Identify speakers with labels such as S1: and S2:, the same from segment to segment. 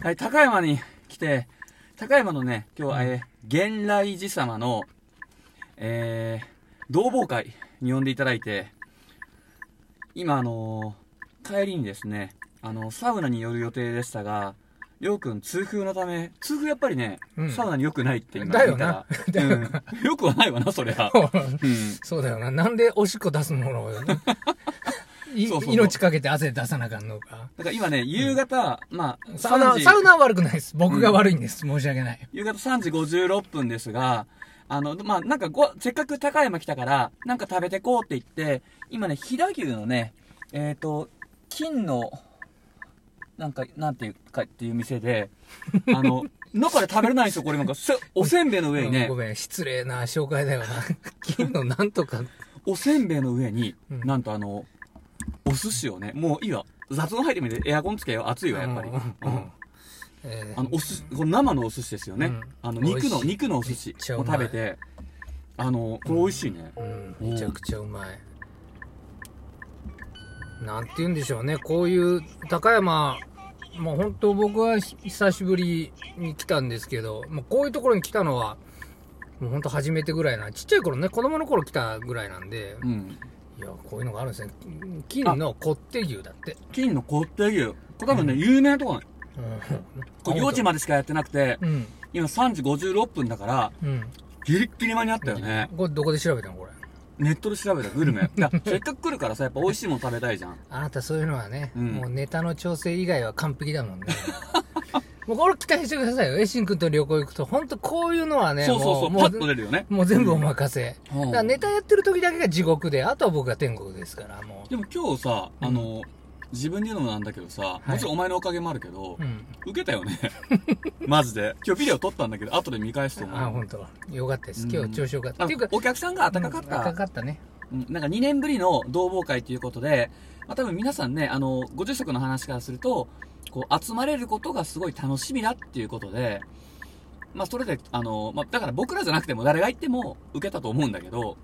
S1: はい、高山に来て、高山のね、今日は、えー、源来寺様の、えー、同朋会に呼んでいただいて、今、あのー帰りにですね、あの、サウナに寄る予定でしたが、りょうくん、痛風のため、痛風やっぱりね、
S2: うん
S1: サウナに良くないって今
S2: だ
S1: 聞
S2: よ
S1: いたら
S2: な、
S1: うん、よくはないわな、そり ゃ。うん。
S2: そうだよな。なんでおしっこ出すものを、 い
S1: そうそうそう
S2: 命かけて汗出さなあかんのか。
S1: だから今ね、夕方、まあ、
S2: サウナ
S1: 3、時
S2: サウナは悪くないです。僕が悪いんです。申し訳ない。
S1: 夕方3時56分ですが、あの、まあ、なんかご、せっかく高山来たから、なんか食べてこうって言って、今ね、飛騨牛のね、えっ、と、金の、なんか、なんていうかっていう店で、あ の、中で食べれないんですよ、これなんか、せおせんべいの上に
S2: うん
S1: ね
S2: ご、めん、失礼な紹介だよな。 金のなんとか。
S1: おせんべいの上に、
S2: うん
S1: なんとあの、お寿司をね、もういいわ。雑音入ってみて、エアコンつけよう。暑いわ、やっぱり。
S2: うん
S1: うん
S2: えー
S1: あの、お寿司、この生のお寿司ですよね。
S2: うん
S1: あの、
S2: 美味し
S1: 肉
S2: い
S1: の、肉のお寿司
S2: めっちゃ
S1: を
S2: うまい
S1: 食べて、あの、これ美味しいね。
S2: うん、めちゃくちゃうまい。なんて言うんでしょうね。こういう、高山、もう本当僕はひ久しぶりに来たんですけど、もうこういうところに来たのは、もう本当初めてぐらいな。ちっちゃい頃ね、子供の頃来たぐらいなんで、
S1: うん。
S2: いや、こういうのがあるんですね。金のこって牛だって。
S1: 金のコッテ牛。これ多分ね、有名なとこなの。こ
S2: うん
S1: れ4時までしかやってなくて、
S2: うん。
S1: 今3時56分だから、
S2: うん。
S1: ギリッギリ間に合ったよね。
S2: これどこで調べたのこれ。
S1: ネットで調べたグル メ。いや、せっかく来るからさ、やっぱ美味しいもの食べたいじゃん。
S2: あなたそういうのはね、
S1: うん
S2: もうネタの調整以外は完璧だも んね。もうこれ期待してくださいよ。エシン君と旅行行くと、本当こういうのはね、
S1: そうそうそう、
S2: も
S1: パ
S2: う
S1: ッと
S2: も
S1: 出るよね。
S2: うもう全部お任せ。
S1: うん
S2: だからネタやってる時だけが地獄で、あとは僕が天国ですから、も
S1: でも今日さ、
S2: うん
S1: あの、自分で言うのもなんだけどさ、
S2: い
S1: もちろんお前のおかげもあるけど
S2: う。う、ん。
S1: 受けたよ ね。マジで。今日ビデオ撮ったんだけど、後で見返すと思う。
S2: あ、本当よかったです。今日調子よかった。
S1: あ
S2: っていうか、
S1: お客さんが暖かかっ
S2: うん
S1: た
S2: 暖か、かったね。
S1: うんなんか2年ぶりの同朋会ということで、まあ、多分皆さんね、あの、ご住職の話からすると、こう、集まれることがすごい楽しみだっていうことで、まあ、それで、あの、まあ、だから僕らじゃなくても誰が行っても受けたと思うんだけど、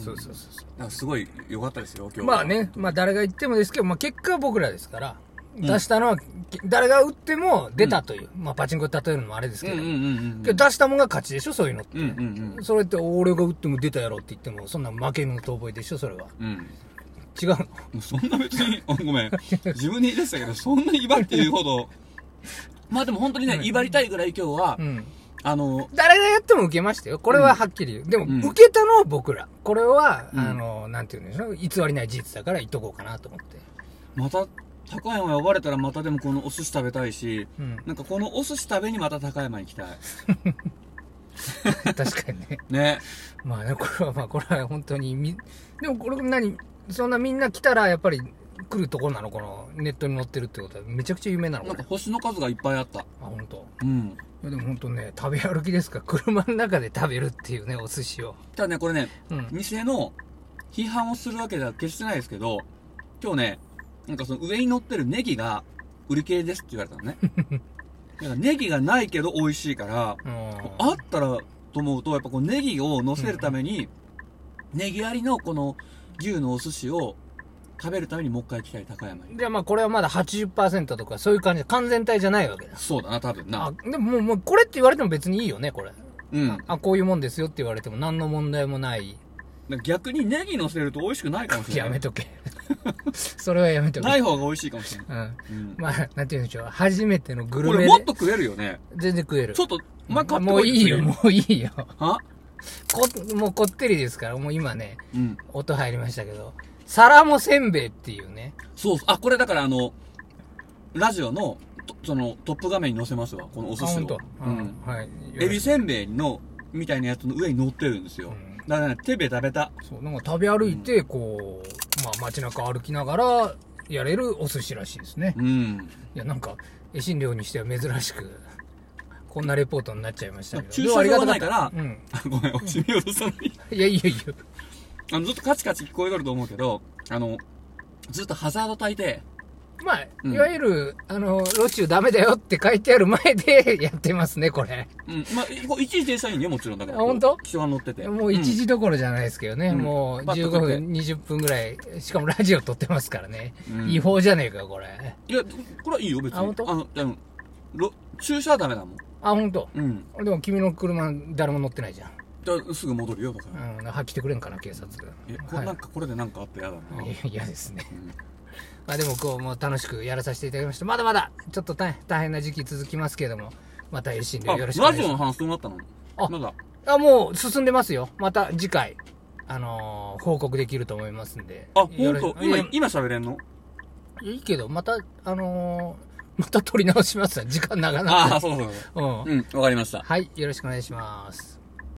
S2: そうそううそうそう。
S1: ん。なんかすごい良かったですよ、今日は。
S2: まあね、まあ誰が言ってもですけど、まあ結果は僕らですから、
S1: ん
S2: 出したのは、誰が打っても出たという、まあパチンコで例えるのもあれです
S1: うん
S2: け
S1: う
S2: ど、
S1: んうんうん。
S2: けど出したもんが勝ちでしょ、そういうのって。
S1: うんうんうん。
S2: それって俺が打っても出たやろって言っても、そんな負け犬の遠吠えでしょ、それは。
S1: うん。
S2: 違うの。
S1: そんな別に、 あごめん。自分で言い出したけど、そんな威張って言うほど。まあでも本当にね、威張りたいぐらい今日は、
S2: うん。
S1: あの、
S2: 誰がやっても受けましたよ。これははっきり言う。でも、
S1: うん
S2: 受けたのは僕ら。これは、
S1: うん
S2: あの、なんて言うんでしょう。偽りない事実だから言っとこうかなと思って。
S1: また、高山呼ばれたらまたでもこのお寿司食べたいし、
S2: うん。
S1: なんかこのお寿司食べにまた高山行きたい。
S2: 確かにね。
S1: ね。
S2: まあね、これはまあ、これは本当にみ、でもこれ何、そんなみんな来たら、やっぱり来るとこなのこのネットに載ってるってことは、めちゃくちゃ有名なの
S1: な
S2: か
S1: んか
S2: な。
S1: 星の数がいっぱいあった。
S2: あ、本当。
S1: うん。
S2: いやでも本当ね、食べ歩きですから、車の中で食べるっていうね、お寿司を。
S1: ただね、これね、
S2: うん。
S1: 店の批判をするわけでは決してないですけど、今日ね、なんかその上に乗ってるネギが売り切れですって言われたのね。だからネギがないけど美味しいから、
S2: うん
S1: あったらと思うと、やっぱこのネギを乗せるために、ネギありのこの牛のお寿司を食べるためにもう一回行きたい高山に。
S2: じゃあまあこれはまだ80%とかそういう感じで完全体じゃないわけだ。
S1: そうだな、多分な
S2: あ。、でももうもうこれって言われても別にいいよね、これ。
S1: うん。
S2: あ、こういうもんですよって言われても何の問題もない。
S1: なんか逆にネギ乗せると美味しくないかもしれない。
S2: やめとけ。 それはやめとけ。
S1: ない方が美味しいかもしれない。
S2: うん。
S1: うん
S2: まあ、なんて言うんでしょう。初めてのグル
S1: こ
S2: メ
S1: れ
S2: で
S1: もっと食えるよね。
S2: 全然食える
S1: ち。ょっと、お前買って
S2: も
S1: こ
S2: ういいよ、
S1: 次
S2: もういいよ。
S1: は
S2: こ、もうこってりですから、もう今ね、
S1: うん。
S2: 音入りましたけど。皿もせんべいっていうね。
S1: そうそう。あ、これだからあの、ラジオの、とその、トップ画面に載せますわ。このお
S2: あ、
S1: 寿司
S2: ほん
S1: を
S2: と。。
S1: う
S2: うん
S1: ん。。
S2: はい。
S1: エビせんべいの、みたいなやつの上に乗ってるんですよ。
S2: うん
S1: だからね、手べ食べた。
S2: そう、なんか食べ歩いて、こう、まあ街中歩きながら、やれるお寿司らしいですね。
S1: うん。
S2: いや、なんか、え診療にしては珍しく、こんなレポートになっちゃいましたけど。
S1: 駐車場がないか
S2: でも
S1: ら
S2: あり、
S1: あご
S2: がたかっ
S1: めん、おしみ落とさない。
S2: た。うん。いやいやいや。
S1: あの、ずっとカチカチ聞こえとると思うけど、あの、ずっとハザード焚いて、
S2: まあ、
S1: うん
S2: いわゆる、あの、路中ダメだよって書いてある前で やってますね、これ。
S1: うん、まあ、こう一時停車員ね、もちろんだから。
S2: あ本当
S1: 人が乗ってて。
S2: もう一時どころじゃないですけどね。
S1: うん
S2: もう
S1: パッと
S2: 15
S1: 撮って
S2: 分、20分ぐらい。しかもラジオ撮ってますからね。
S1: うん
S2: 違法じゃねえか、これ。
S1: うん。いや、これはいいよ、別に。
S2: あ本当
S1: の、うん。ろ駐車はダメだもん。
S2: あ、ほんと。
S1: うん。
S2: でも君の車、誰も乗ってないじゃん。
S1: だすぐ戻るよ、だか
S2: う
S1: ら。
S2: ん、だから来てくれんかな、警察。
S1: え、こ
S2: は
S1: れ
S2: い
S1: なんか、これでなんかあったらやだな。
S2: いや嫌ですね。
S1: うん
S2: まあでも今日も楽しくやらさせていただきました。まだまだ、ちょっと大大変な時期続きますけれども、また LC で
S1: あ、
S2: よ
S1: ラ
S2: ろし
S1: ジ
S2: くお願いし
S1: オ
S2: ま
S1: の話どうなったの
S2: あ
S1: まだ。
S2: す。あ、もう進んでますよ。また次回、あのー報告できると思いますんで。
S1: あ、
S2: よ
S1: ほん
S2: ろし
S1: と
S2: く
S1: 今
S2: いや、
S1: 今喋れんの
S2: いいけど、また、あのーまた取り直しますわ時間長な
S1: あ
S2: く
S1: あ、そうそうそう。
S2: て。うん。
S1: うん、わかりました。
S2: はい、よろしくお願いします。